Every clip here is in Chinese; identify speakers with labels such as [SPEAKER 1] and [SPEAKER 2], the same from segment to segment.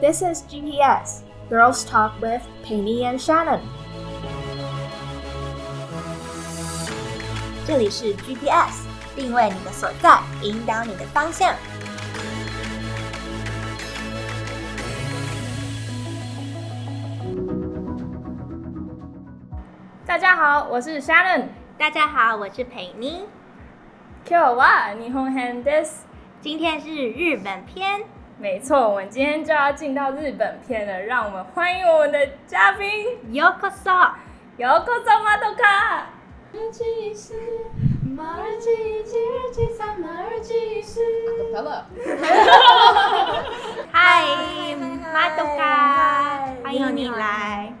[SPEAKER 1] This is GTS Girls Talk with Penny and Shannon。
[SPEAKER 2] 这里是 GTS，定位你的所在，引导你的方向。
[SPEAKER 3] 大家好，我是 Shannon。
[SPEAKER 2] 大家好，我是裴妮。
[SPEAKER 3] 今日は日本編です。
[SPEAKER 2] 今天是日本篇，
[SPEAKER 3] 没错，我们今天就要进到日本片了，让我们欢迎我们的嘉宾
[SPEAKER 2] Yokoso。
[SPEAKER 3] Yoko z a m a d o k a
[SPEAKER 4] 马尔济斯，马尔济斯，日济三马尔济斯。
[SPEAKER 2] 嗨
[SPEAKER 4] 嗨嗨
[SPEAKER 2] 马豆嘎，欢迎你来。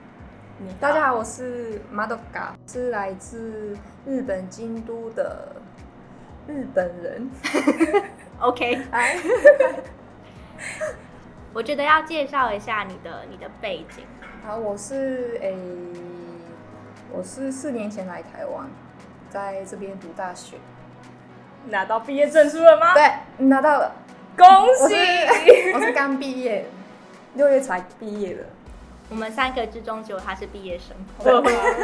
[SPEAKER 5] 大家好，我是 Madoka，是来自日本京都的日本人。
[SPEAKER 2] OK，
[SPEAKER 5] 哎，
[SPEAKER 2] 我觉得要介绍一下你的你的背景。
[SPEAKER 5] 好，我是诶、我是四年前来台湾，在这边读大学，
[SPEAKER 3] 拿到毕业证书了吗？
[SPEAKER 5] 对，拿到了，
[SPEAKER 3] 恭
[SPEAKER 5] 我
[SPEAKER 3] 喜！
[SPEAKER 5] 是我是刚毕业，六月才毕业的，
[SPEAKER 2] 我们三个之中只有他是毕业 生，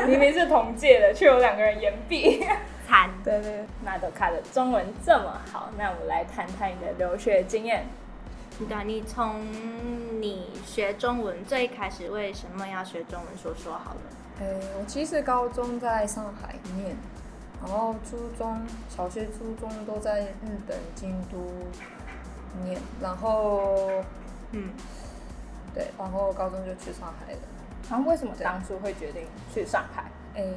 [SPEAKER 3] 明明是同届的，却有两个人延毕。
[SPEAKER 2] 惨。
[SPEAKER 5] 对对。
[SPEAKER 3] 马德卡的中文这么好，那我们来谈谈你的留学经验。
[SPEAKER 2] 对啊，你从你学中文最开始为什么要学中文？说说好了。
[SPEAKER 5] 诶、我其实高中在上海念，然后初中、小学、初中都在日本京都念，然后
[SPEAKER 2] 嗯，
[SPEAKER 5] 对，然后高中就去上海了。
[SPEAKER 3] 然啊后为什么当初会决定去上海？
[SPEAKER 5] 诶、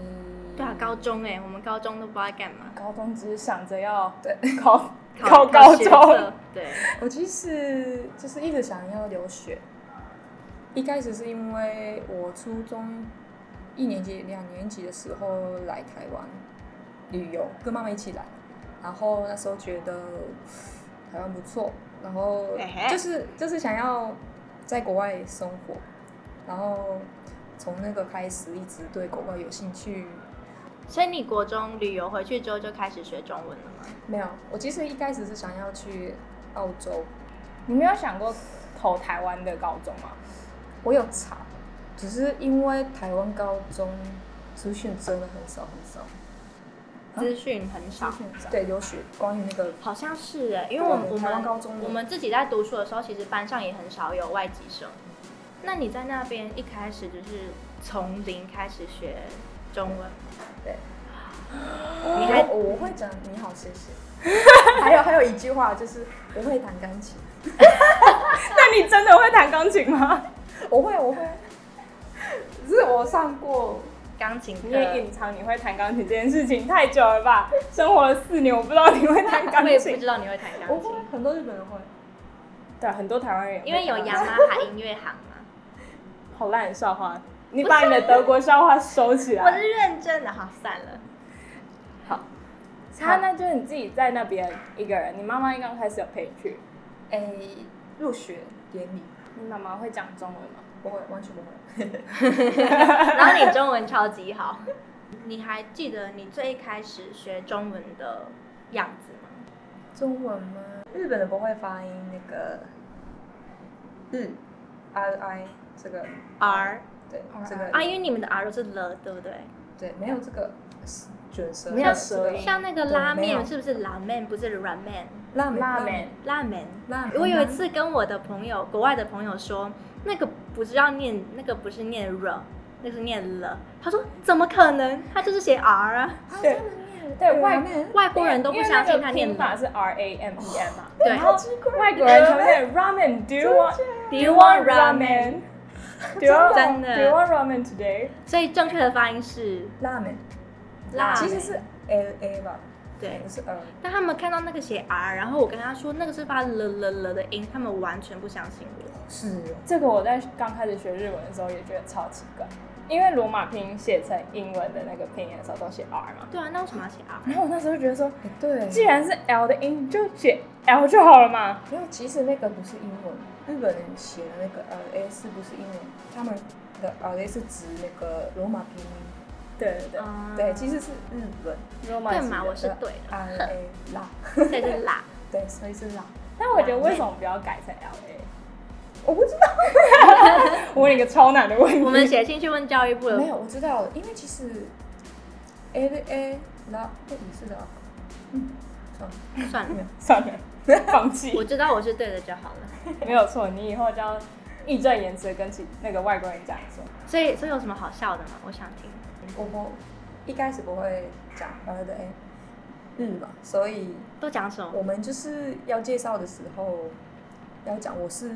[SPEAKER 2] 对啊，高中哎、我们高中都不知道干嘛，
[SPEAKER 3] 高中只是想着要
[SPEAKER 5] 对，
[SPEAKER 3] 考
[SPEAKER 2] 考
[SPEAKER 3] 高
[SPEAKER 2] 学测
[SPEAKER 3] 中，
[SPEAKER 2] 对，
[SPEAKER 5] 我其实就是一直想要留学，一开始是因为我初中一年级、两年级的时候来台湾旅游，跟妈妈一起来，然后那时候觉得台湾不错，然后
[SPEAKER 2] 嘿嘿
[SPEAKER 5] 就是就是想要在国外生活，然后从那个开始一直对国外有兴趣。
[SPEAKER 2] 所以你国中旅游回去之后就开始学中文了吗？
[SPEAKER 5] 没有，我其实一开始是想要去澳洲，
[SPEAKER 3] 你没有想过投台湾的高中吗？
[SPEAKER 5] 我有查，只是因为台湾高中资讯真的很少很少，
[SPEAKER 2] 资讯很少，
[SPEAKER 5] 对留学关于那个
[SPEAKER 2] 好像是哎、因为我们
[SPEAKER 5] 对
[SPEAKER 2] 我
[SPEAKER 5] 台湾
[SPEAKER 2] 们
[SPEAKER 5] 高中
[SPEAKER 2] 我们自己在读书的时候，其实班上也很少有外籍生。那你在那边一开始就是从零开始学中文，
[SPEAKER 5] 对，
[SPEAKER 2] 你
[SPEAKER 5] 你
[SPEAKER 2] 还
[SPEAKER 5] 还我会讲你好谢 谢，还有还有一句话就是我会弹钢琴，
[SPEAKER 3] 那你真的会弹钢琴吗？
[SPEAKER 5] 我会我会，只是我上过
[SPEAKER 2] 钢琴
[SPEAKER 3] 你
[SPEAKER 2] 课
[SPEAKER 3] 也隐藏你会弹钢琴这件事情太久了吧？生活了四年，我不知道你会弹钢
[SPEAKER 2] 我也不
[SPEAKER 3] 琴
[SPEAKER 2] 知。道你会弹
[SPEAKER 5] 我
[SPEAKER 2] 钢
[SPEAKER 5] 会
[SPEAKER 2] 琴，
[SPEAKER 5] 很多日本人会，
[SPEAKER 3] 对，很多台湾人
[SPEAKER 2] 因为有
[SPEAKER 3] 会弹
[SPEAKER 2] 雅
[SPEAKER 3] 钢琴
[SPEAKER 2] 马哈音乐行嘛。
[SPEAKER 3] 好烂的笑话，你把你的德国笑话收起
[SPEAKER 2] 我
[SPEAKER 3] 来。
[SPEAKER 2] 是认真的，好算了。
[SPEAKER 3] 好，他那就是你自己在那边一个人，你妈妈刚开始有陪你去，
[SPEAKER 5] 哎、入学典礼
[SPEAKER 3] 你妈妈会讲中文吗？
[SPEAKER 5] 不会完全不 会，
[SPEAKER 2] 然后你中文超级好，你还记得你最开始学中文的样子吗？
[SPEAKER 5] 中文吗？日本人不会发音那个日 r i 这个
[SPEAKER 2] r
[SPEAKER 5] 对这个
[SPEAKER 2] 啊，因为你们的 r 都是了，对不对？
[SPEAKER 5] 对，没有这个卷舌，
[SPEAKER 3] 没有舌音
[SPEAKER 2] 像那个
[SPEAKER 5] 对
[SPEAKER 2] 拉
[SPEAKER 5] 没有
[SPEAKER 2] 面是不是拉面？不是软面，
[SPEAKER 5] 拉面
[SPEAKER 3] 拉面，
[SPEAKER 2] 拉面。
[SPEAKER 5] 拉面。
[SPEAKER 2] 我有一次跟我的朋友，国外的朋友说，那个不是要念，那个不是念 r，那是念了。他说怎么可能？他就是写 r 啊。
[SPEAKER 3] 对对，外
[SPEAKER 5] 面
[SPEAKER 2] 外国人都不相信他念
[SPEAKER 3] 拼法
[SPEAKER 2] 了。
[SPEAKER 3] 是 R A M E M 嘛，
[SPEAKER 2] 对
[SPEAKER 3] 然后外国人全部念 ramen。Do you want
[SPEAKER 2] Do you want
[SPEAKER 3] ramen?
[SPEAKER 2] ramen？
[SPEAKER 3] Do you want
[SPEAKER 2] 真的
[SPEAKER 3] Do you want ramen today?
[SPEAKER 2] 所以正确的发音是
[SPEAKER 5] 拉面，
[SPEAKER 2] 辣。
[SPEAKER 5] 其实是 L A 吧，
[SPEAKER 2] 对
[SPEAKER 5] 不。是呃 L，
[SPEAKER 2] 但他们看到那个写 r，然后我跟他说那个是发了了了的音，他们完全不相信我。
[SPEAKER 5] 是哦
[SPEAKER 3] 这个我在刚开始学日文的时候也觉得超奇怪，因为罗马拼音写成英文的那个拼音的时候都写 R 嘛，
[SPEAKER 2] 对啊，那为什么要写 r？
[SPEAKER 3] 然后我那时候觉得说，
[SPEAKER 5] 哎对，
[SPEAKER 3] 既然是 L 的音，就写 L 就好了嘛。
[SPEAKER 5] 因为其实那个不是英文，日本人写的那个 L A 是不是英文？他们的 L A 是指那个罗马拼音，
[SPEAKER 3] 对对对，
[SPEAKER 2] 啊
[SPEAKER 5] 对，其实是日本
[SPEAKER 3] 罗马
[SPEAKER 2] 对
[SPEAKER 3] 拼音
[SPEAKER 2] 嘛，我是对的，
[SPEAKER 5] R A 拉，
[SPEAKER 2] 所以是辣。
[SPEAKER 5] 对，所以是拉。
[SPEAKER 3] 但我觉得为什么不要改成 L A？我不知道。我问你一个超难的问题。
[SPEAKER 2] 我们写信去问教育部
[SPEAKER 5] 没
[SPEAKER 2] 的，
[SPEAKER 5] 有，我知道了，因为其实 A A 拉不也是拉，嗯，算了，
[SPEAKER 2] 算了，
[SPEAKER 3] 算了，放弃
[SPEAKER 2] 我。知道我是对的就好了。
[SPEAKER 3] 没有错，你以后就要义正言辞地跟其那个外国人讲说，
[SPEAKER 2] 所以，所以有什么好笑的吗？我想听。
[SPEAKER 5] 我不一开始不会讲巴拉的 A 哎日嘛，所以
[SPEAKER 2] 都讲什么？
[SPEAKER 5] 我们就是要介绍的时候要讲我是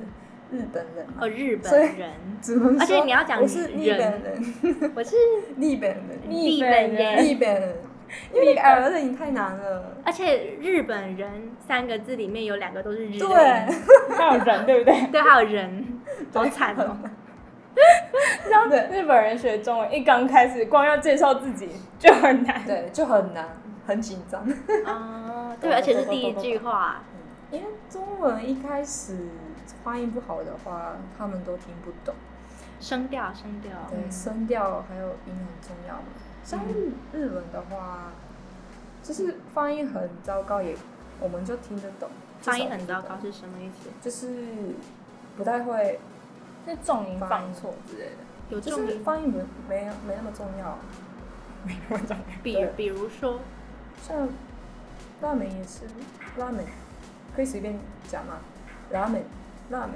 [SPEAKER 5] 日本人嘛
[SPEAKER 2] 哦，，日
[SPEAKER 5] 所
[SPEAKER 2] 本
[SPEAKER 5] 以
[SPEAKER 2] 人，
[SPEAKER 5] 只能
[SPEAKER 2] 而且
[SPEAKER 5] 说
[SPEAKER 2] 你要讲
[SPEAKER 5] 我是日本人，
[SPEAKER 2] 我是
[SPEAKER 5] 日本人，
[SPEAKER 2] 日
[SPEAKER 3] 日
[SPEAKER 2] 本
[SPEAKER 3] 本
[SPEAKER 2] 人
[SPEAKER 3] 人，
[SPEAKER 5] 日本人，因为那个 L 的音太难了，
[SPEAKER 2] 而且日本人三个字里面有两个都是日的
[SPEAKER 5] 对
[SPEAKER 2] 音，
[SPEAKER 3] 还有人对不对？
[SPEAKER 2] 对，还有人，好惨哦。
[SPEAKER 3] 然后日本人学中文一刚开始，光要介绍自己就很难。
[SPEAKER 5] 对，就很难，很紧张。
[SPEAKER 2] 哦，对，而且是第一句话，
[SPEAKER 5] 嗯因为中文一开始发音不好的话，他们都听不懂。
[SPEAKER 2] 声调，声调。
[SPEAKER 5] 对，声调还有音很重要嘛。像日日文的话，就是发音很糟糕也，我们就听得懂。
[SPEAKER 2] 发音
[SPEAKER 5] 至少
[SPEAKER 2] 很
[SPEAKER 5] 听得
[SPEAKER 2] 糟
[SPEAKER 5] 懂
[SPEAKER 2] 糕，是什么意思？
[SPEAKER 5] 就是不太会
[SPEAKER 3] 是重音
[SPEAKER 5] 发音
[SPEAKER 3] 放错，
[SPEAKER 5] 之类的，
[SPEAKER 2] 有
[SPEAKER 5] 就
[SPEAKER 2] 重
[SPEAKER 5] 是
[SPEAKER 2] 音，
[SPEAKER 5] 发音没没没那么重要。
[SPEAKER 2] 比
[SPEAKER 5] 对
[SPEAKER 2] 比如说，
[SPEAKER 5] 像拉面也是拉面，可以随便讲嘛。拉面，拉面，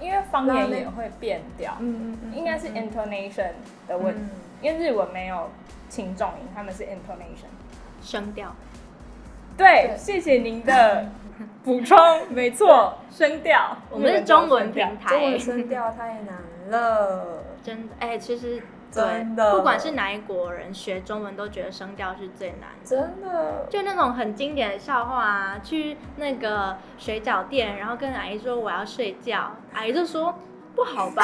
[SPEAKER 3] 因为方言也会变调，
[SPEAKER 5] 嗯嗯嗯，
[SPEAKER 3] 应该是 intonation 的问题，
[SPEAKER 5] 嗯
[SPEAKER 3] 因为日文没有轻重音，他们是 intonation。
[SPEAKER 2] 声调。
[SPEAKER 3] 对，
[SPEAKER 5] 对
[SPEAKER 3] 谢谢您的补充，没错，声调，
[SPEAKER 2] 我们是中文
[SPEAKER 3] 调
[SPEAKER 2] 平
[SPEAKER 5] 中
[SPEAKER 2] 台
[SPEAKER 5] 文，声调太难了。
[SPEAKER 2] 真的，哎，其实对
[SPEAKER 5] 真，的
[SPEAKER 2] 不管是哪一国人学中文，都觉得声调是最难的。
[SPEAKER 5] 真的，
[SPEAKER 2] 就那种很经典的笑话啊，去那个水饺店，然后跟阿姨说我要睡觉，阿姨就说不好 吧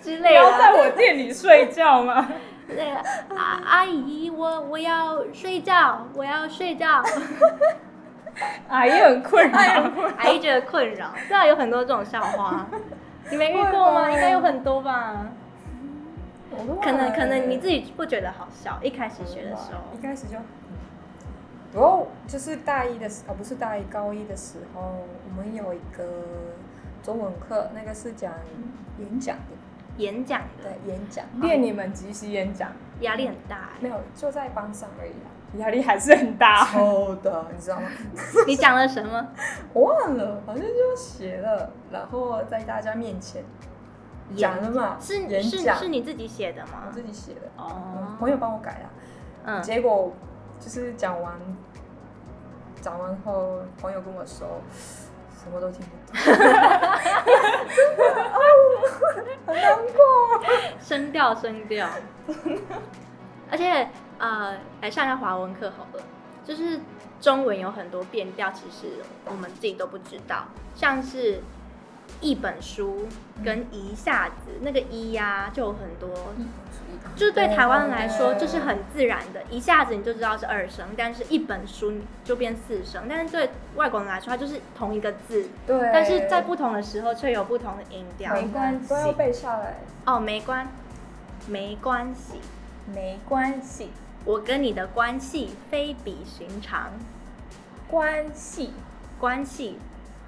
[SPEAKER 2] 之
[SPEAKER 3] 你
[SPEAKER 2] 类
[SPEAKER 3] 要在
[SPEAKER 2] 的。
[SPEAKER 3] 我店里睡觉 吗？
[SPEAKER 2] 那个阿阿姨，我我要睡觉，我要睡觉。
[SPEAKER 3] 阿姨啊很困扰，
[SPEAKER 2] 阿姨觉得困扰，对啊，有很多这种笑话，你没遇过吗？
[SPEAKER 5] 会吗
[SPEAKER 2] 应该有很多吧。
[SPEAKER 5] 我都忘了
[SPEAKER 2] 可能可能你自己不觉得好笑，一开始学的时候
[SPEAKER 5] 一，开始就，然后就是大一的时哦，不是大一，高一的时候，我们有一个中文课，那个是讲演讲的，
[SPEAKER 2] 演讲的
[SPEAKER 5] 对，演讲，
[SPEAKER 3] 练你们即席演讲，
[SPEAKER 2] 压力很 大欸。
[SPEAKER 5] 没有就在班上而已啊啦，
[SPEAKER 3] 压力还是很大。
[SPEAKER 5] 抽哦的，你知道吗？
[SPEAKER 2] 你讲了什么？
[SPEAKER 5] 我忘了，反正就写了，然后在大家面前讲了嘛，
[SPEAKER 2] 是
[SPEAKER 5] 演
[SPEAKER 2] 是
[SPEAKER 5] 讲
[SPEAKER 2] 是，你自己写的吗
[SPEAKER 5] 我？自己写的，
[SPEAKER 2] 哦
[SPEAKER 5] 嗯，朋友帮我改啦。
[SPEAKER 2] 嗯，
[SPEAKER 5] 结果就是讲完，讲完后，朋友跟我说，什么都听 不懂，真的哦，很难过。
[SPEAKER 2] 声调声 调，而且呃，来上一下华文课好了，就是中文有很多变调，其实我们自己都不知道，像是一本书
[SPEAKER 5] 嗯
[SPEAKER 2] 跟一下子那个一呀、就有很多。就是对台湾人来说，这是很自然的，一下子你就知道是二声，但是一本书你就变四声。但是对外国人来说，它就是同一个字，
[SPEAKER 5] 对，
[SPEAKER 2] 但是在不同的时候却有不同的音调。
[SPEAKER 5] 没关系，都要背下来。
[SPEAKER 2] 哦，没关，没关系，
[SPEAKER 3] 没关系，
[SPEAKER 2] 我跟你的关系非比寻常，
[SPEAKER 3] 关系，
[SPEAKER 2] 关系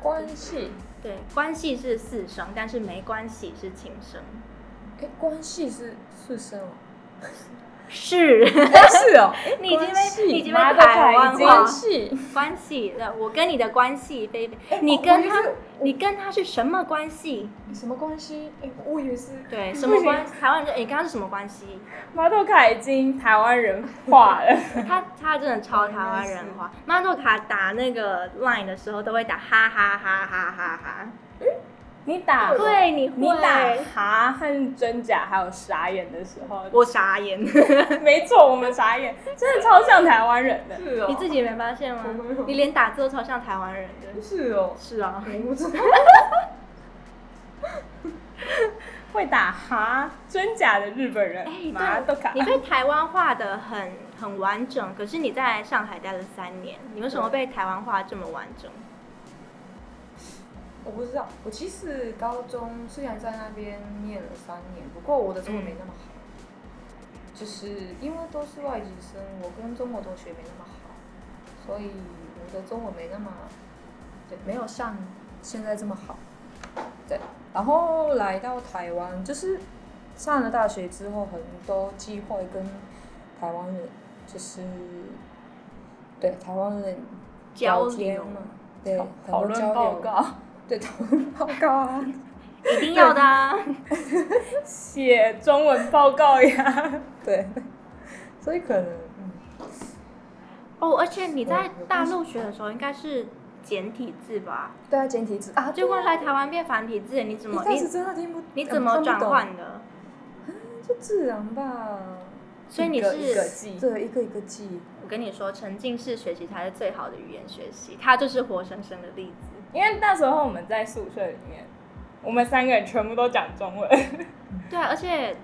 [SPEAKER 5] 关系，
[SPEAKER 2] 对，关系是四声，但是没关系是轻声，
[SPEAKER 5] 哎，关系是是声哦，
[SPEAKER 2] 是，
[SPEAKER 5] 是 哦，
[SPEAKER 2] 你已经
[SPEAKER 5] 关系
[SPEAKER 2] 被你已经被
[SPEAKER 3] 妈的
[SPEAKER 2] 台湾
[SPEAKER 3] 已经
[SPEAKER 2] 化
[SPEAKER 5] 关，系。
[SPEAKER 2] 关系对，我跟你的关系非比，你跟他
[SPEAKER 5] 我以为是，
[SPEAKER 2] 你跟他是什么关系？
[SPEAKER 5] 什么关系？哎，我以为是
[SPEAKER 2] 对，什么关？台湾人就，你跟他是什么关系？
[SPEAKER 3] 马豆卡已经台湾人化了。
[SPEAKER 2] 他他真的超台湾人话，马豆卡打那个 line 的时候都会打哈哈哈哈哈哈，
[SPEAKER 3] 你打
[SPEAKER 2] 对，你
[SPEAKER 3] 你
[SPEAKER 2] 会
[SPEAKER 3] 打哈和真假还有傻眼的时候，
[SPEAKER 2] 我傻眼，
[SPEAKER 3] 没错，我们傻眼，真的超像台湾人的。
[SPEAKER 5] 是哦，
[SPEAKER 2] 你自己没发现吗
[SPEAKER 5] 没有？
[SPEAKER 2] 你连打字都超像台湾人的。
[SPEAKER 5] 是哦，
[SPEAKER 2] 是啊，
[SPEAKER 5] 我不知道。
[SPEAKER 3] 会打哈真假的日本人，
[SPEAKER 2] 哎，
[SPEAKER 3] 马豆卡
[SPEAKER 2] 对，你被台湾化的很很完整，可是你在上海待了三年，你为什么被台湾化这么完整？
[SPEAKER 5] 我不知道，我其实高中虽然在那边念了三年，不过我的中文没那么好，就是因为都是外籍生，我跟中国同学没那么好，所以我的中文没那么，对，没有像现在这么好。对，然后来到台湾，就是上了大学之后，很多机会跟台湾人，就是对台湾人
[SPEAKER 2] 交
[SPEAKER 5] 聊天
[SPEAKER 2] 流
[SPEAKER 5] 嘛，对，很
[SPEAKER 3] 讨
[SPEAKER 5] 多
[SPEAKER 3] 论
[SPEAKER 5] 交
[SPEAKER 3] 报
[SPEAKER 5] 流，
[SPEAKER 3] 告
[SPEAKER 5] 对，讨论报 告啊，
[SPEAKER 2] 一定要的啊！
[SPEAKER 3] 写中文报告呀。
[SPEAKER 5] 对，所以可能嗯，
[SPEAKER 2] 哦，而且你在
[SPEAKER 5] 有有
[SPEAKER 2] 大
[SPEAKER 5] 关系
[SPEAKER 2] 陆学的时候应该是简体字吧？
[SPEAKER 5] 对啊，简体字啊，
[SPEAKER 2] 结果
[SPEAKER 5] 对啊
[SPEAKER 2] 来台湾变繁体字，你怎么
[SPEAKER 5] 一开始
[SPEAKER 2] 你
[SPEAKER 5] 真的听不，
[SPEAKER 2] 你
[SPEAKER 5] 呃
[SPEAKER 2] 怎么
[SPEAKER 5] 看不
[SPEAKER 2] 转
[SPEAKER 5] 懂
[SPEAKER 2] 换的？
[SPEAKER 5] 就自然吧，
[SPEAKER 2] 所以你
[SPEAKER 3] 一个一个
[SPEAKER 2] 是
[SPEAKER 3] 记，
[SPEAKER 5] 对，一个一个记，
[SPEAKER 2] 我跟你说，沉浸式学习才是最好的语言学习，它就是活生生的例子。
[SPEAKER 3] 因为那时候我们在宿舍里面，我们三个人全部都讲中 文。
[SPEAKER 2] 对啊，而且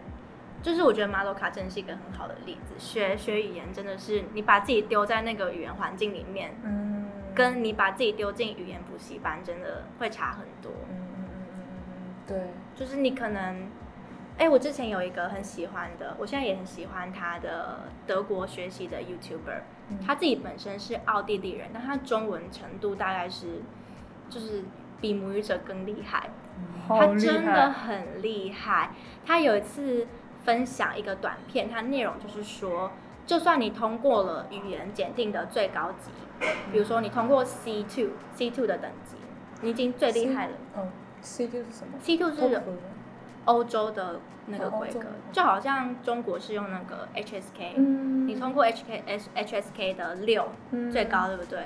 [SPEAKER 2] 就是我觉得马洛卡真的是一个很好的例子。学学语言真的是你把自己丢在那个语言环境里面，
[SPEAKER 5] 嗯，
[SPEAKER 2] 跟你把自己丢进语言补习班，真的会差很多。
[SPEAKER 5] 嗯嗯嗯嗯嗯嗯，对，
[SPEAKER 2] 就是你可能，哎，我之前有一个很喜欢的，我现在也很喜欢他的德国学习的 YouTuber，、
[SPEAKER 5] 嗯
[SPEAKER 2] 他自己本身是奥地利人，但他中文程度大概是就是比母语者更厉害。
[SPEAKER 5] 哦嗯
[SPEAKER 2] 他真的很厉害。他有一次分享一个短片，它内容就是说，就算你通过了语言检定的最高级，比如说你通过 C two C two 的等级，你已经最厉害了。
[SPEAKER 5] 嗯，C Q 是什么？
[SPEAKER 2] C two 是欧洲的那个
[SPEAKER 5] 哦
[SPEAKER 2] 规
[SPEAKER 5] 欧洲
[SPEAKER 2] 格
[SPEAKER 5] 的，
[SPEAKER 2] 就好像中国是用那个 HSK，、哎
[SPEAKER 5] 嗯，
[SPEAKER 2] 你通过 HK H HSK 的六、
[SPEAKER 5] 嗯
[SPEAKER 2] 最高，对不对？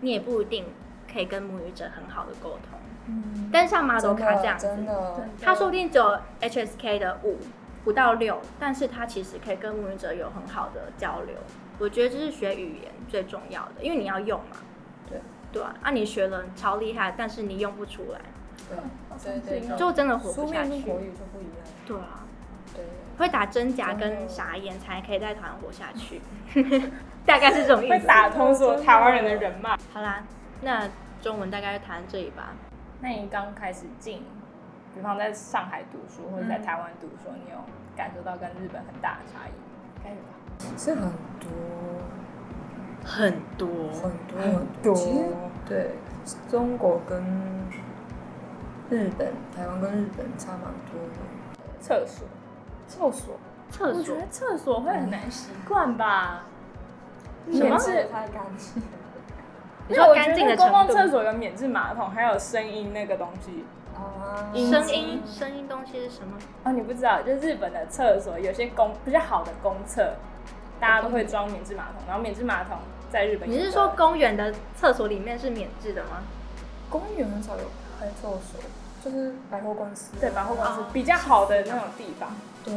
[SPEAKER 2] 你也不一定可以跟母语者很好的沟通，
[SPEAKER 5] 嗯，
[SPEAKER 2] 但像马
[SPEAKER 5] 真
[SPEAKER 2] 斗卡
[SPEAKER 5] 的
[SPEAKER 2] 这样子，
[SPEAKER 5] 真的，
[SPEAKER 2] 他说不定只有 HSK 的五不到六，但是他其实可以跟母语者有很好的交流。我觉得这是学语言最重要的，因为你要用嘛。
[SPEAKER 5] 对
[SPEAKER 2] 对啊，啊你学了超厉害，但是你用不出来，
[SPEAKER 5] 对对对，
[SPEAKER 2] 就真的活
[SPEAKER 5] 书
[SPEAKER 2] 不下
[SPEAKER 5] 面跟
[SPEAKER 2] 去。
[SPEAKER 5] 国语就不一样，
[SPEAKER 2] 对啊，
[SPEAKER 5] 对，
[SPEAKER 2] 会打真假
[SPEAKER 5] 真
[SPEAKER 2] 跟
[SPEAKER 5] 的
[SPEAKER 2] 傻眼才可以在台湾活下去， 大概是这种意
[SPEAKER 3] 会
[SPEAKER 2] 思。
[SPEAKER 3] 打通所有台湾人的人脉。
[SPEAKER 2] 好啦，那中文大概就谈到这里吧。
[SPEAKER 3] 那你刚开始进，比方在上海读书或者在台湾读书，你有感受到跟日本很大的差异吗？该有吧？
[SPEAKER 5] 是很多
[SPEAKER 2] 很多，
[SPEAKER 5] 很多很多，其实对中国跟日本、台湾跟日本差蛮多的，
[SPEAKER 3] 厕所，
[SPEAKER 5] 厕所
[SPEAKER 2] 厕
[SPEAKER 3] 我
[SPEAKER 2] 所
[SPEAKER 3] 觉得厕所会很难习惯吧？什
[SPEAKER 5] 免
[SPEAKER 3] 么
[SPEAKER 5] 治太干
[SPEAKER 2] 嗯
[SPEAKER 5] 净，
[SPEAKER 3] 因为
[SPEAKER 2] 你说
[SPEAKER 3] 我觉
[SPEAKER 2] 干净
[SPEAKER 3] 得
[SPEAKER 2] 的
[SPEAKER 3] 公共
[SPEAKER 2] 程度，
[SPEAKER 3] 厕所有免治马桶，还有声音那个东西
[SPEAKER 5] 啊，
[SPEAKER 2] 声音声音东西是什么？
[SPEAKER 3] 哦，你不知道，就日本的厕所有些公比较好的公厕，大家都会装免治马桶，然后免治马桶在日本有
[SPEAKER 2] 你
[SPEAKER 3] 的
[SPEAKER 2] 是说公园的厕所里面是免治的吗？
[SPEAKER 5] 公园很少有开厕所，就是百货公司，
[SPEAKER 3] 对百货公
[SPEAKER 2] 哦
[SPEAKER 3] 司比较好的那种地方？
[SPEAKER 5] 对，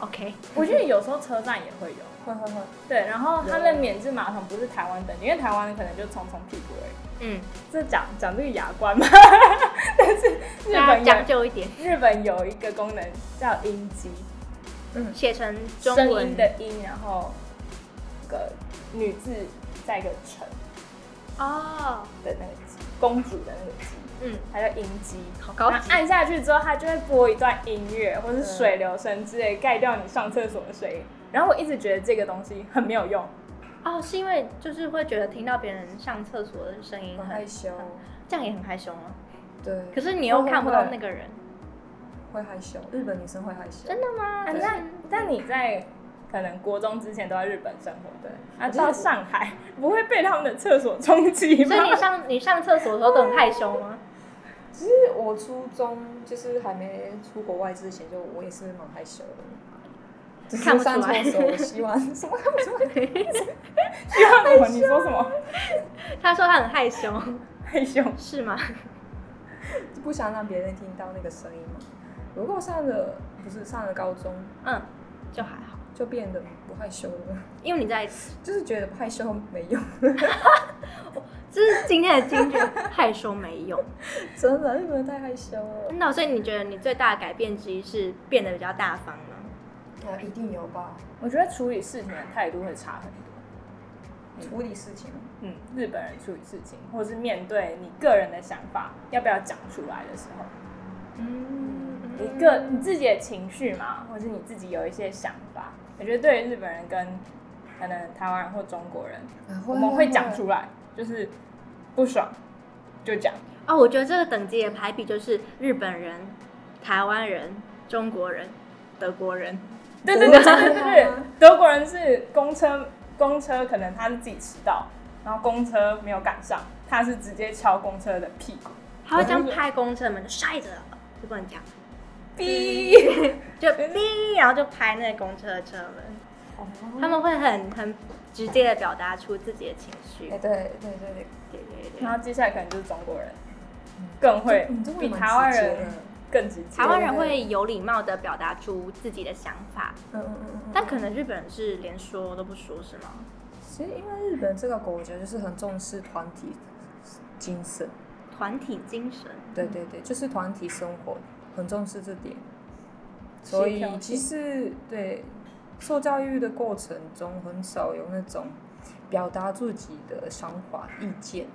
[SPEAKER 2] ？OK，
[SPEAKER 3] 我觉得有时候车站也会有。
[SPEAKER 5] 会会会，
[SPEAKER 3] 对，然后他们免治马桶不是台湾等级，因为台湾可能就冲冲屁股而已。
[SPEAKER 2] 嗯，
[SPEAKER 3] 这讲讲这个牙关嘛， 但
[SPEAKER 2] 大家
[SPEAKER 3] 是日
[SPEAKER 2] 讲
[SPEAKER 3] 本有
[SPEAKER 2] 究一点，
[SPEAKER 3] 日本有一个功能叫音机，
[SPEAKER 2] 写成中
[SPEAKER 3] 声
[SPEAKER 2] 文
[SPEAKER 3] 音的音，然后一个女字再一个臣
[SPEAKER 2] 哦，
[SPEAKER 3] 的那个鸡，公主的那个鸡，
[SPEAKER 2] 嗯，
[SPEAKER 3] 它叫音机。
[SPEAKER 2] 好高
[SPEAKER 3] 然后
[SPEAKER 2] 级，
[SPEAKER 3] 按下去之后，它就会播一段音乐或是水流声之类，盖掉你上厕所的声音。然后我一直觉得这个东西很没有用，
[SPEAKER 2] 哦，是因为就是会觉得听到别人上厕所的声音
[SPEAKER 5] 很
[SPEAKER 2] 很
[SPEAKER 5] 害，羞，
[SPEAKER 2] 这样也很害羞吗？
[SPEAKER 5] 对，
[SPEAKER 2] 可是你又看不到
[SPEAKER 5] 会
[SPEAKER 2] 那个人，
[SPEAKER 5] 会害羞，日本女生会害羞，
[SPEAKER 2] 真的吗？
[SPEAKER 3] 但
[SPEAKER 2] 可是
[SPEAKER 3] 但你在可能国中之前都在日本生活，对，啊，
[SPEAKER 5] 我记得
[SPEAKER 3] 到上海不会被他们的厕所冲击吗
[SPEAKER 2] 所？以你上你上厕所的时候都很害羞吗？
[SPEAKER 5] 其实我初中就是还没出国外之前，就我也是蛮害羞的。只是
[SPEAKER 2] 看不出
[SPEAKER 5] 上
[SPEAKER 2] 来
[SPEAKER 5] 厕所，我希望 什么看不出 来？
[SPEAKER 3] 希望我你说什么
[SPEAKER 2] 他说他很害羞，
[SPEAKER 3] 害羞？
[SPEAKER 2] 是吗？
[SPEAKER 5] 不想让别人听到那个声音嘛。如果上了不是上了高中，
[SPEAKER 2] 嗯，就还好，
[SPEAKER 5] 就变得不害羞了，
[SPEAKER 2] 因为你在，
[SPEAKER 5] 就是觉得不害羞没用，
[SPEAKER 2] 这是今天的金句， 害羞没用。
[SPEAKER 5] 真的日本人太害羞了。
[SPEAKER 2] 那所以你觉得你最大的改变之一是变得比较大方吗？
[SPEAKER 5] 啊，一定有吧？
[SPEAKER 3] 我觉得处理事情的态度会差很多。
[SPEAKER 5] 处理事情，
[SPEAKER 3] 嗯，日本人处理事情，或者是面对你个人的想法要不要讲出来的时候，
[SPEAKER 5] 嗯，
[SPEAKER 3] 你个你自己的情绪嘛，或是你自己有一些想法，我觉得对于日本人跟可能台湾人或中国人，
[SPEAKER 5] 啊
[SPEAKER 3] 我们会讲出来，就是不爽就讲，
[SPEAKER 2] 哦，我觉得这个等级的排比就是日本人、台湾人、中国人、德国人。
[SPEAKER 3] 对对对对对对，德国人是公车，公车可能他是自己迟到，然后公车没有赶上，他是直接敲公车的屁股，
[SPEAKER 2] 他会这样拍公车门，摔着，就不能讲，
[SPEAKER 3] 哔，
[SPEAKER 2] 就哔，然后就拍那个公车的车门。他们会很很直接的表达出自己的情绪。
[SPEAKER 5] 哎，对对对对，
[SPEAKER 2] 对对对
[SPEAKER 3] 然后接下来可能就是中国人，更会
[SPEAKER 5] 嗯你真的
[SPEAKER 3] 比
[SPEAKER 5] 蛮
[SPEAKER 3] 台湾
[SPEAKER 5] 直接
[SPEAKER 3] 人
[SPEAKER 5] 的
[SPEAKER 3] 更直接。
[SPEAKER 2] 台湾人会有礼貌的表达出自己的想法，
[SPEAKER 5] 嗯嗯嗯嗯。
[SPEAKER 2] 但可能日本人是连说都不说，是吗？
[SPEAKER 5] 其实因为日本这个国家就是很重视团体精神，
[SPEAKER 2] 团体精神，
[SPEAKER 5] 对对对，就是团体生活很重视这点，所
[SPEAKER 3] 协调
[SPEAKER 5] 以
[SPEAKER 3] 性
[SPEAKER 5] 其实对受教育的过程中很少有那种表达自己的想法意见，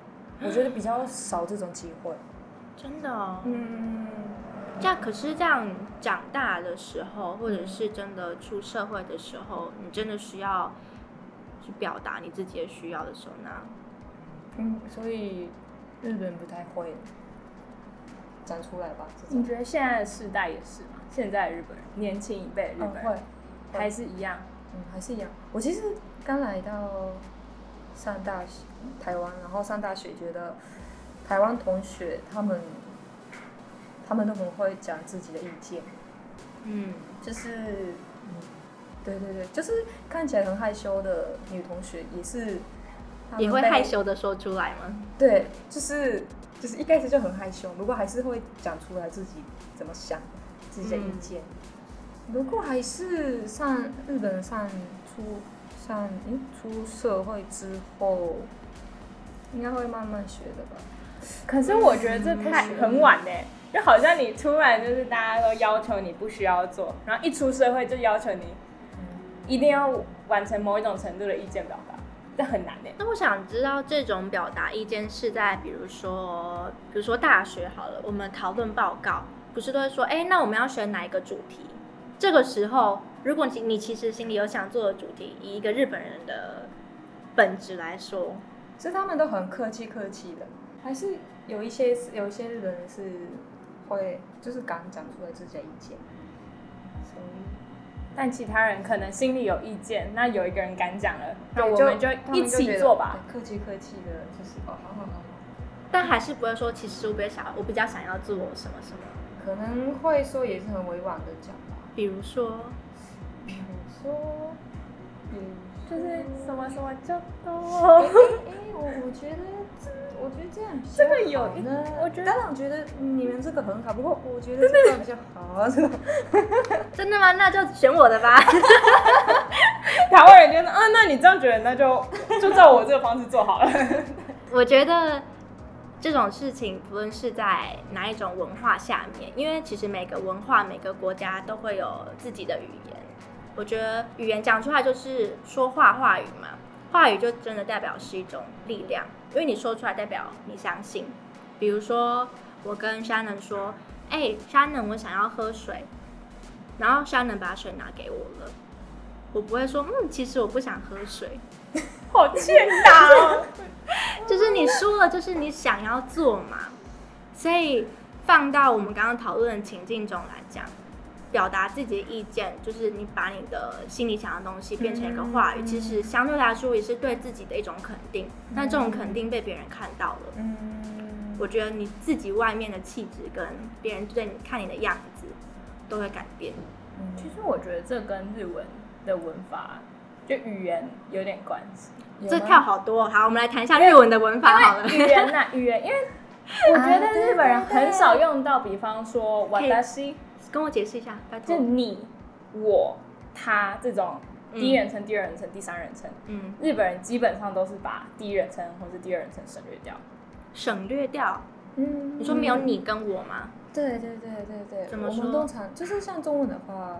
[SPEAKER 5] 我觉得比较少这种机会。
[SPEAKER 2] 真的、哦。
[SPEAKER 5] 嗯，
[SPEAKER 2] 这样可是这样长大的时候，或者是真的出社会的时候，你真的需要去表达你自己的需要的时候呢？
[SPEAKER 5] 嗯，所以日本不太会讲出来吧？这
[SPEAKER 3] 你
[SPEAKER 5] 种
[SPEAKER 3] 觉得现在的世代也是吗？现在的日本人，年轻一辈的日
[SPEAKER 5] 嗯
[SPEAKER 3] 本
[SPEAKER 5] 会
[SPEAKER 3] 人、，还是一样，
[SPEAKER 5] 嗯，还是一样。我其实刚来到上大学台湾，然后上大学觉得台湾同学他们他们都很会讲自己的意见，
[SPEAKER 2] 嗯，
[SPEAKER 5] 就是嗯，对对对，就是看起来很害羞的女同学也是她们
[SPEAKER 2] 也会
[SPEAKER 5] 被
[SPEAKER 2] 害，羞的说出来吗？
[SPEAKER 5] 对，就是就是一开始就很害羞，不过还是会讲出来自己怎么想自己的意见。不过还是上日本上出上诶出社会之后，应该会慢慢学的吧。
[SPEAKER 3] 可是我觉得这太很晚呢、就好像你突然就是大家都要求你不需要做，然后一出社会就要求你
[SPEAKER 5] 嗯
[SPEAKER 3] 一定要完成某一种程度的意见表达，这很难呢、
[SPEAKER 2] 那我想知道这种表达意见是在比如说，比如说大学好了，我们讨论报告不是都会说，哎、那我们要选哪一个主题？这个时候，如果你你其实心里有想做的主题，以一个日本人的本质来说，
[SPEAKER 5] 其实他们都很客气客气的，还是有一些有一些日本人是会就是敢讲出来自己的意见。所以
[SPEAKER 3] 但其他人可能心里有意见，那有一个人敢讲了，那
[SPEAKER 5] 对
[SPEAKER 3] 我们
[SPEAKER 5] 就
[SPEAKER 3] 就
[SPEAKER 5] 他们
[SPEAKER 3] 一
[SPEAKER 5] 觉
[SPEAKER 3] 起
[SPEAKER 5] 得
[SPEAKER 3] 做吧。，
[SPEAKER 5] 对客气客气的，就是哦，好好好好，
[SPEAKER 2] 但还是不会说，其实我比较想，我比较想要做什么什么。
[SPEAKER 5] 可能会说也是很委婉的讲吧。
[SPEAKER 2] 比如说，
[SPEAKER 5] 比如嗯说，比如说
[SPEAKER 3] 就是什么什么就都，
[SPEAKER 5] 哎，我我觉得这，我觉得这样比较
[SPEAKER 3] 这个有
[SPEAKER 5] 好
[SPEAKER 3] 一
[SPEAKER 5] 呢
[SPEAKER 3] 我觉得
[SPEAKER 5] 当然我觉得你们这个很好，不过我觉得这个比较好。啊这个
[SPEAKER 2] 真的吗？那就选我的吧。
[SPEAKER 3] 台湾人觉得，嗯，那你这样觉得，那就就照我这个方式做好了。
[SPEAKER 2] 我觉得这种事情，不论是在哪一种文化下面，因为其实每个文化、每个国家都会有自己的语言。我觉得语言讲出来就是说话话语嘛，话语就真的代表是一种力量，因为你说出来代表你相信。比如说，我跟 Shannon 说：“哎、s h a n n o n 我想要喝水。”然后 Shannon 把水拿给我了，我不会说：“嗯，其实我不想喝水。”
[SPEAKER 3] 好欠打哦！
[SPEAKER 2] 就是你说了，就是你想要做嘛。所以放到我们刚刚讨论的情境中来讲，表达自己的意见，就是你把你的心里想的东西变成一个话语，其实相对来说也是对自己的一种肯定。那这种肯定被别人看到了，
[SPEAKER 5] 嗯，
[SPEAKER 2] 我觉得你自己外面的气质跟别人对你看你的样子都会改变。
[SPEAKER 5] 嗯
[SPEAKER 3] 其实我觉得这跟日文的文法就语言有点关系，
[SPEAKER 5] 有
[SPEAKER 2] 这
[SPEAKER 5] 吗
[SPEAKER 2] 跳好多哦，好，我们来谈一下日文的文法好 了。
[SPEAKER 3] 语言呐、语言，因为我觉得
[SPEAKER 5] 啊对
[SPEAKER 3] 日本人
[SPEAKER 5] 对对
[SPEAKER 3] 很少用到，比方说
[SPEAKER 2] 可以
[SPEAKER 3] “watashi”，
[SPEAKER 2] 跟我解释一下，拜
[SPEAKER 3] 就
[SPEAKER 2] 托。
[SPEAKER 3] 你、我、他这种
[SPEAKER 2] 嗯
[SPEAKER 3] 第一人称、第二人称、第三人称。
[SPEAKER 2] 嗯，
[SPEAKER 3] 日本人基本上都是把第一人称或是第二人称省略掉，
[SPEAKER 2] 省略掉。
[SPEAKER 5] 嗯
[SPEAKER 2] 你说没有你跟我吗？
[SPEAKER 5] 对对对对对，
[SPEAKER 2] 怎么
[SPEAKER 5] 我们
[SPEAKER 2] 说
[SPEAKER 5] 通常就是像中文的话，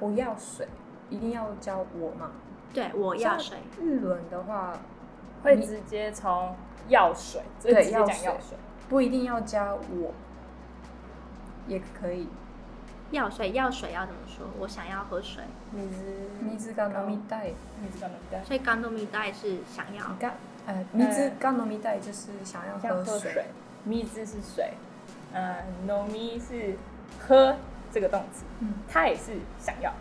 [SPEAKER 5] 我要水，一定要叫我嘛。
[SPEAKER 2] 对，我要
[SPEAKER 5] 这
[SPEAKER 2] 谁？
[SPEAKER 5] 日文的话
[SPEAKER 3] 会
[SPEAKER 5] 你
[SPEAKER 3] 直接从药水，就
[SPEAKER 5] 对
[SPEAKER 3] 直接讲
[SPEAKER 5] 药
[SPEAKER 3] 药
[SPEAKER 5] 水
[SPEAKER 3] 水。
[SPEAKER 5] 不一定要加我，也可以。
[SPEAKER 2] 药水，药水要怎么说？我想要喝水，
[SPEAKER 3] 你知
[SPEAKER 5] 嗯你只敢飲みたい，
[SPEAKER 3] 你知道吗？
[SPEAKER 2] 所以刚都米代是想要
[SPEAKER 5] 你。干呃，米汁干糯米带就是想要
[SPEAKER 3] 要
[SPEAKER 5] 喝
[SPEAKER 3] 喝
[SPEAKER 5] 水
[SPEAKER 3] 水，，咪字是水，呃，no mi 是喝这个动词，
[SPEAKER 5] 嗯
[SPEAKER 3] 它也是想要。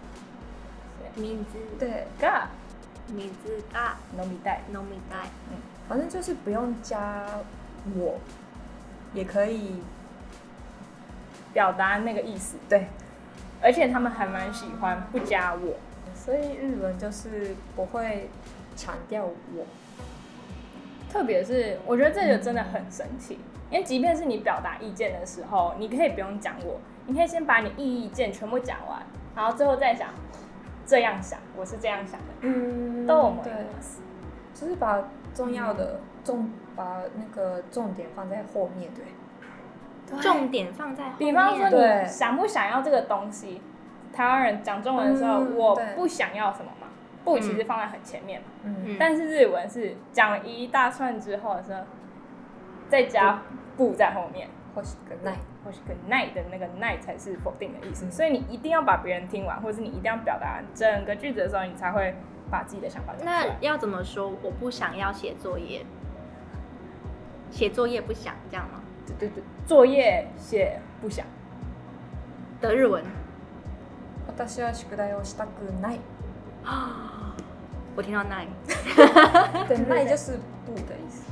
[SPEAKER 2] 名字
[SPEAKER 5] 对，
[SPEAKER 3] ga
[SPEAKER 2] 名字大
[SPEAKER 3] no mi 带，
[SPEAKER 2] 农民代，
[SPEAKER 5] 反正就是不用加我，也可以
[SPEAKER 3] 表达那个意思，
[SPEAKER 5] 对，
[SPEAKER 3] 而且他们还蛮喜欢不加我，
[SPEAKER 5] 所以日文就是不会强调我，
[SPEAKER 3] 特别是我觉得这个真的很神奇，因为即便是你表达意见的时候，你可以不用讲我，你可以先把你意见全部讲完，然后最后再想这样想，我是这样想的，
[SPEAKER 5] 嗯
[SPEAKER 3] 都我们
[SPEAKER 5] 对，就是把重要的重把那个重点放在后面，对，
[SPEAKER 2] 重点放在后面。
[SPEAKER 3] 比方说
[SPEAKER 5] 对
[SPEAKER 3] 你想不想要这个东西，台湾人讲中文的时候，
[SPEAKER 5] 嗯
[SPEAKER 3] 我
[SPEAKER 5] 对
[SPEAKER 3] 不想要什么嘛，不其实放在很前面嘛，
[SPEAKER 5] 嗯，
[SPEAKER 2] 嗯
[SPEAKER 3] 但是日文是讲了一大串之后的时候，再加不在后面。
[SPEAKER 5] 或是个奈，
[SPEAKER 3] 或是个 night 的那个 night 才是否定的意思，
[SPEAKER 5] 嗯
[SPEAKER 3] 所以你一定要把别人听完，或者是你一定要表达整个句子的时候，你才会把自己的想法讲出来
[SPEAKER 2] 那。要怎么说？我不想要写作业，写作业不想这样吗？
[SPEAKER 3] 对对对，作业写不想，
[SPEAKER 2] 的日文
[SPEAKER 5] 私は宿題をしたく ない，
[SPEAKER 2] 啊，我听到那里，
[SPEAKER 5] 对，奈就是不的意思，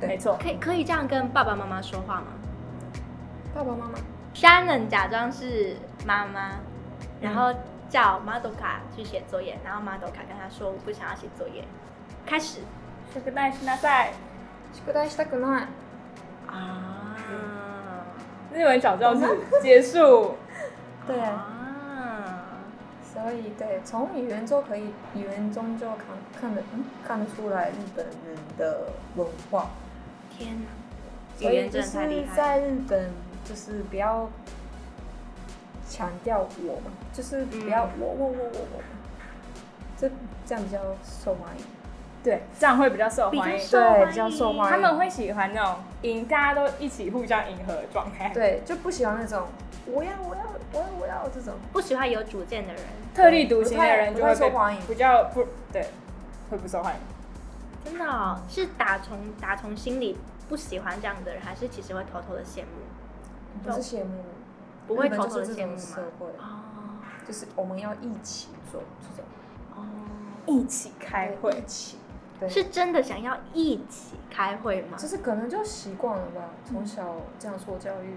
[SPEAKER 5] 对
[SPEAKER 3] 没错，
[SPEAKER 2] 可以可以这样跟爸爸妈妈说话吗
[SPEAKER 5] 爸爸妈妈，
[SPEAKER 2] ？Shannon 假装是妈
[SPEAKER 5] 嗯
[SPEAKER 2] 妈，然后叫 Madoka 去写作业，然后 Madoka 跟他说我不想要写作业，开始
[SPEAKER 3] 这个奈是那在
[SPEAKER 5] 宿題したくない，
[SPEAKER 2] 啊，
[SPEAKER 3] 日文小教室结束。
[SPEAKER 5] 对，
[SPEAKER 2] 啊，
[SPEAKER 5] 所以对，从语言中可以语言中就看看得嗯看得出来日本人的文化，
[SPEAKER 2] 天哪，
[SPEAKER 5] 所
[SPEAKER 2] 语
[SPEAKER 5] 以
[SPEAKER 2] 言真
[SPEAKER 5] 就
[SPEAKER 2] 的太
[SPEAKER 5] 是
[SPEAKER 2] 厉害了，
[SPEAKER 5] 在日本就是不要强调我嘛，就是不要我我我我我，这这样比较受欢迎，
[SPEAKER 3] 对，这样会比较受
[SPEAKER 2] 比
[SPEAKER 3] 欢
[SPEAKER 2] 较
[SPEAKER 3] 迎。
[SPEAKER 2] 受欢
[SPEAKER 5] 对
[SPEAKER 2] 迎，
[SPEAKER 5] 比较受欢迎
[SPEAKER 3] 他们会喜欢那种赢，大家都一起互相迎合的状态。，
[SPEAKER 5] 对，就不喜欢那种我要我要我要我要这种，
[SPEAKER 2] 不喜欢有主见的人，
[SPEAKER 3] 特立独行的人就会
[SPEAKER 5] 不太
[SPEAKER 3] 被
[SPEAKER 5] 受欢迎
[SPEAKER 3] 比较不对，会不受欢迎。
[SPEAKER 2] 真的、哦、是打从打从心里不喜欢这样的人，还是其实会偷偷的羡慕？
[SPEAKER 5] 不是羡慕，
[SPEAKER 2] 不会偷偷的
[SPEAKER 5] 日本就是
[SPEAKER 2] 羡
[SPEAKER 5] 这
[SPEAKER 2] 慕
[SPEAKER 5] 种社
[SPEAKER 2] 吗？
[SPEAKER 5] 会，
[SPEAKER 2] 哦
[SPEAKER 5] 就是我们要一起做这种，
[SPEAKER 2] 哦，
[SPEAKER 3] 一起开会，
[SPEAKER 5] 一起，对，
[SPEAKER 2] 是真的想要一起开会吗
[SPEAKER 5] 就？是可能就习惯了吧，从小这样受教育。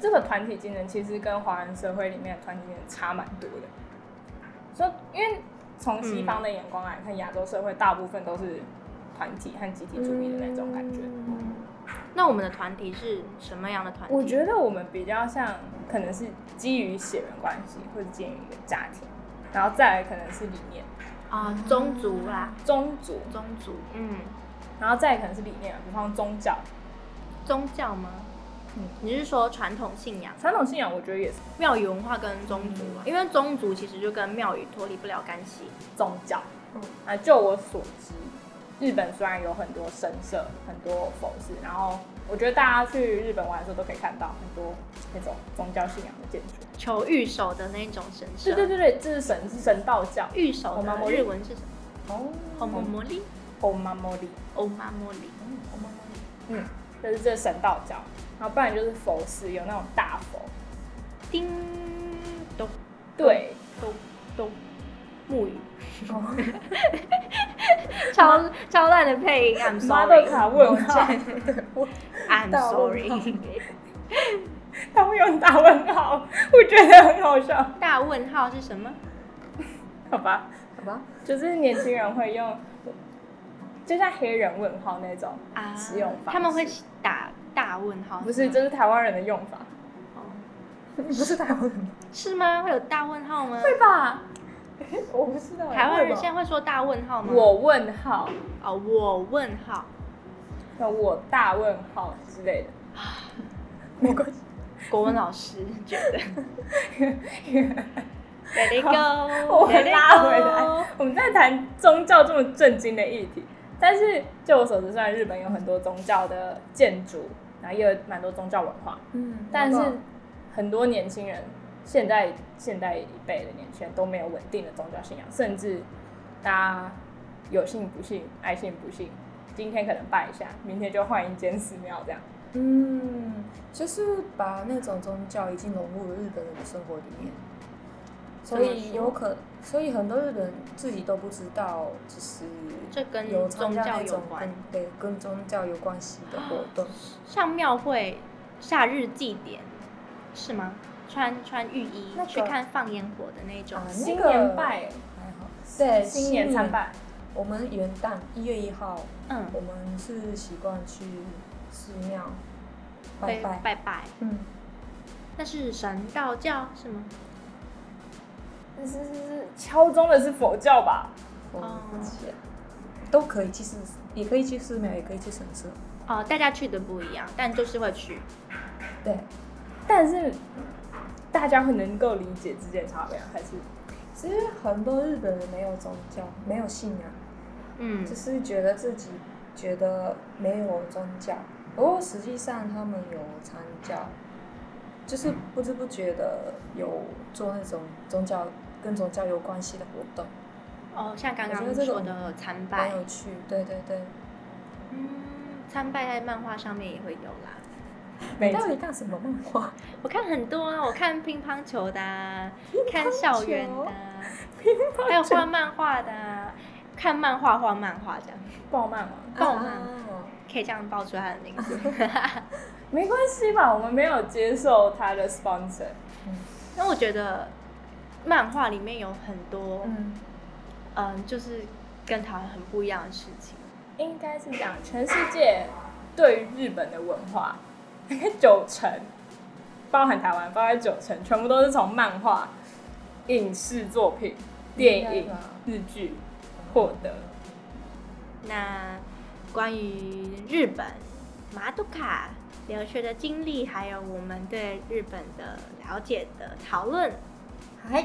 [SPEAKER 3] 这个团体精神其实跟华人社会里面的团体精神差蛮多的。说，因为从西方的眼光来看，亚洲社会大部分都是团体和集体主义的那种感觉。
[SPEAKER 5] 嗯
[SPEAKER 2] 那我们的团体是什么样的团体？
[SPEAKER 3] 我觉得我们比较像，可能是基于血缘关系，或者基于一个家庭，然后再来可能是理念、
[SPEAKER 2] 啊、宗族啦，
[SPEAKER 3] 宗族，
[SPEAKER 2] 宗族，嗯，
[SPEAKER 3] 然后再来可能是理念，比方宗教、
[SPEAKER 2] 宗教吗？
[SPEAKER 3] 嗯
[SPEAKER 2] 你是说传统信仰、
[SPEAKER 3] 传统信仰，我觉得也是
[SPEAKER 2] 庙宇文化跟宗族
[SPEAKER 3] 嗯
[SPEAKER 2] 啊？因为宗族其实就跟庙宇脱离不了干系。
[SPEAKER 3] 宗教。
[SPEAKER 5] 嗯
[SPEAKER 3] 啊，就我所知，日本虽然有很多神社、很多佛寺，然后我觉得大家去日本玩的时候都可以看到很多那种宗教信仰的建筑。
[SPEAKER 2] 求御守的那种神
[SPEAKER 3] 对
[SPEAKER 2] 社，
[SPEAKER 3] 对对对，这是神是神道教。
[SPEAKER 2] 御守的日文是什么？
[SPEAKER 5] 哦，
[SPEAKER 2] 红魔魔力，
[SPEAKER 3] o m a m o r i
[SPEAKER 2] 欧妈魔力。
[SPEAKER 3] 嗯，就是这是神道教。然后不然就是佛寺，有那种大佛。
[SPEAKER 2] 叮咚
[SPEAKER 3] 对，
[SPEAKER 2] 咚咚，木鱼，
[SPEAKER 5] 哦
[SPEAKER 2] 超超烂的配音，I'm
[SPEAKER 3] 妈的
[SPEAKER 2] sorry，I'm
[SPEAKER 3] 卡问 号，
[SPEAKER 5] 到了
[SPEAKER 2] sorry。
[SPEAKER 3] 他会用大问号，我觉得很好笑。
[SPEAKER 2] 大问号是什么？
[SPEAKER 3] 好吧，
[SPEAKER 5] 好吧，
[SPEAKER 3] 就是年轻人会用，就像黑人问号那种。
[SPEAKER 2] 啊
[SPEAKER 3] 使用方式
[SPEAKER 2] 他们会打大问号，哦
[SPEAKER 3] 不是，这是台湾人的用法。
[SPEAKER 5] 不是台湾人，
[SPEAKER 2] 是吗？会有大问号吗？
[SPEAKER 3] 吧？
[SPEAKER 5] 我不知道，
[SPEAKER 2] 台湾人
[SPEAKER 5] 会吧
[SPEAKER 2] 现在会说大问号吗？
[SPEAKER 3] 欸我问号，
[SPEAKER 2] 哦，我问号，
[SPEAKER 3] 那我大问号之类的。
[SPEAKER 5] 没关系，
[SPEAKER 2] 国文老师觉 得 Let it
[SPEAKER 3] 我
[SPEAKER 2] go，Let
[SPEAKER 3] 们
[SPEAKER 2] it
[SPEAKER 3] 拉回
[SPEAKER 2] go
[SPEAKER 3] 来。，我们在谈宗教这么震惊的议题，但是就我所知，虽然日本有很多宗教的建筑，然后也有蛮多宗教文化，
[SPEAKER 5] 嗯，
[SPEAKER 3] 但是
[SPEAKER 5] 好吧
[SPEAKER 3] 很多年轻人，现在现代一辈的年轻人都没有稳定的宗教信仰，甚至大家有幸不幸，爱信不信，今天可能拜一下，明天就换一间寺庙这样。
[SPEAKER 5] 嗯，就是把那种宗教已经融入了日本人的生活里面，所以有可，所以很多日本人自己都不知道，就是
[SPEAKER 2] 这跟
[SPEAKER 5] 有参加
[SPEAKER 2] 宗
[SPEAKER 5] 那
[SPEAKER 2] 教有
[SPEAKER 5] 种
[SPEAKER 2] 关哦
[SPEAKER 5] 跟对跟宗教有关系的活动。
[SPEAKER 2] 像庙会、夏日祭典是吗？穿穿浴衣、
[SPEAKER 5] 那个
[SPEAKER 2] 去看放烟火的那种，
[SPEAKER 5] 啊那
[SPEAKER 3] 新
[SPEAKER 5] 个
[SPEAKER 3] 年拜，
[SPEAKER 5] 还好，对，
[SPEAKER 3] 新年参。拜，
[SPEAKER 5] 我们元旦一月一号，
[SPEAKER 2] 嗯，
[SPEAKER 5] 我们是习惯去寺庙拜
[SPEAKER 2] 会
[SPEAKER 5] 拜。
[SPEAKER 2] 拜拜，
[SPEAKER 5] 嗯，
[SPEAKER 2] 那是神道教是吗？
[SPEAKER 3] 是是是是敲钟的是佛教吧？
[SPEAKER 5] 我
[SPEAKER 2] 哦
[SPEAKER 5] 不记得都可以，其实也可以去寺庙，也可以去神社。
[SPEAKER 2] 哦，大家去的不一样，但就是会去。
[SPEAKER 5] 对，
[SPEAKER 3] 但是大家很能够理解之间差别，还是
[SPEAKER 5] 其实很多日本人没有宗教，没有信仰，
[SPEAKER 2] 嗯
[SPEAKER 5] 只，是觉得自己觉得没有宗教，不过实际上他们有参教，就是不知不觉的有做那种宗教跟宗教有关系的活动，
[SPEAKER 2] 哦，像刚
[SPEAKER 5] 我
[SPEAKER 2] 刚
[SPEAKER 5] 觉得这
[SPEAKER 2] 说
[SPEAKER 5] 种嗯
[SPEAKER 2] 的参
[SPEAKER 5] 蛮
[SPEAKER 2] 拜，
[SPEAKER 5] 有趣。对对对，
[SPEAKER 2] 嗯，参拜在漫画上面也会有啦。
[SPEAKER 3] 每
[SPEAKER 5] 到底看什么漫画？
[SPEAKER 2] 我看很多啊，我看乒乓球的、啊，看校园的、啊，还有画漫画的、啊，看漫画画漫画这样，
[SPEAKER 3] 暴漫吗？
[SPEAKER 2] 爆
[SPEAKER 5] 啊
[SPEAKER 2] 漫可以这样报出他的名 字。
[SPEAKER 3] 没关系吧，我们没有接受他的 sponsor。
[SPEAKER 2] 那我觉得漫画里面有很多，嗯、
[SPEAKER 5] 嗯，
[SPEAKER 2] 就是跟台湾很不一样的事情。
[SPEAKER 3] 应该是讲全世界对于日本的文化， 大概九成，包含台湾，包含九成，全部都是从漫画、影视作品、电
[SPEAKER 5] 应
[SPEAKER 3] 影
[SPEAKER 5] 该吧、
[SPEAKER 3] 日剧获得。
[SPEAKER 2] 那关于日本马杜卡留学的经历，还有我们对日本的了解的讨论，
[SPEAKER 5] 嗨，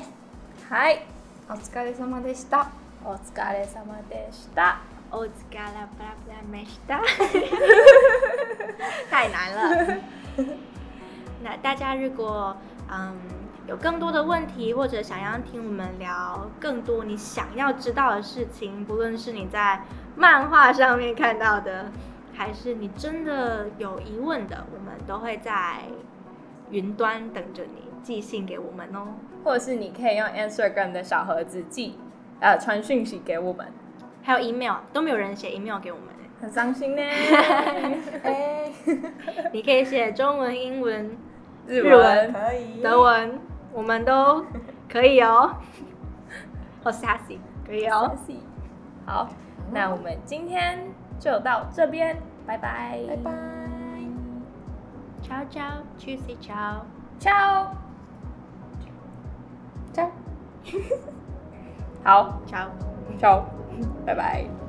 [SPEAKER 3] 嗨，
[SPEAKER 5] お疲れ様でした。
[SPEAKER 3] お疲れ様でした。
[SPEAKER 2] お疲れブラブラでした。 太难了。 那大家如果嗯有更多的问题，或者想要听我们聊更多你想要知道的事情，不论是你在漫画上面看到的，还是你真的有疑问的，我们都会在云端等着你寄信给我们哦。
[SPEAKER 3] 或者是你可以用 Instagram 的小盒子寄，呃，传讯息给我们，
[SPEAKER 2] 还有 email 都没有人写 email 给我们耶。
[SPEAKER 3] 很伤心呢。
[SPEAKER 5] 哎，
[SPEAKER 2] 你可以写中文、英文、
[SPEAKER 3] 日
[SPEAKER 2] 日文
[SPEAKER 3] 文，
[SPEAKER 5] 可以。
[SPEAKER 2] 德文，我们都可以哦。我是阿喜，可以哦。
[SPEAKER 3] 好，那我们今天就到这边，拜拜，
[SPEAKER 5] 拜拜。
[SPEAKER 2] ciao ciao, juicy ciao。
[SPEAKER 3] ，ciao，好
[SPEAKER 2] ciao。
[SPEAKER 3] ，ciao，拜拜。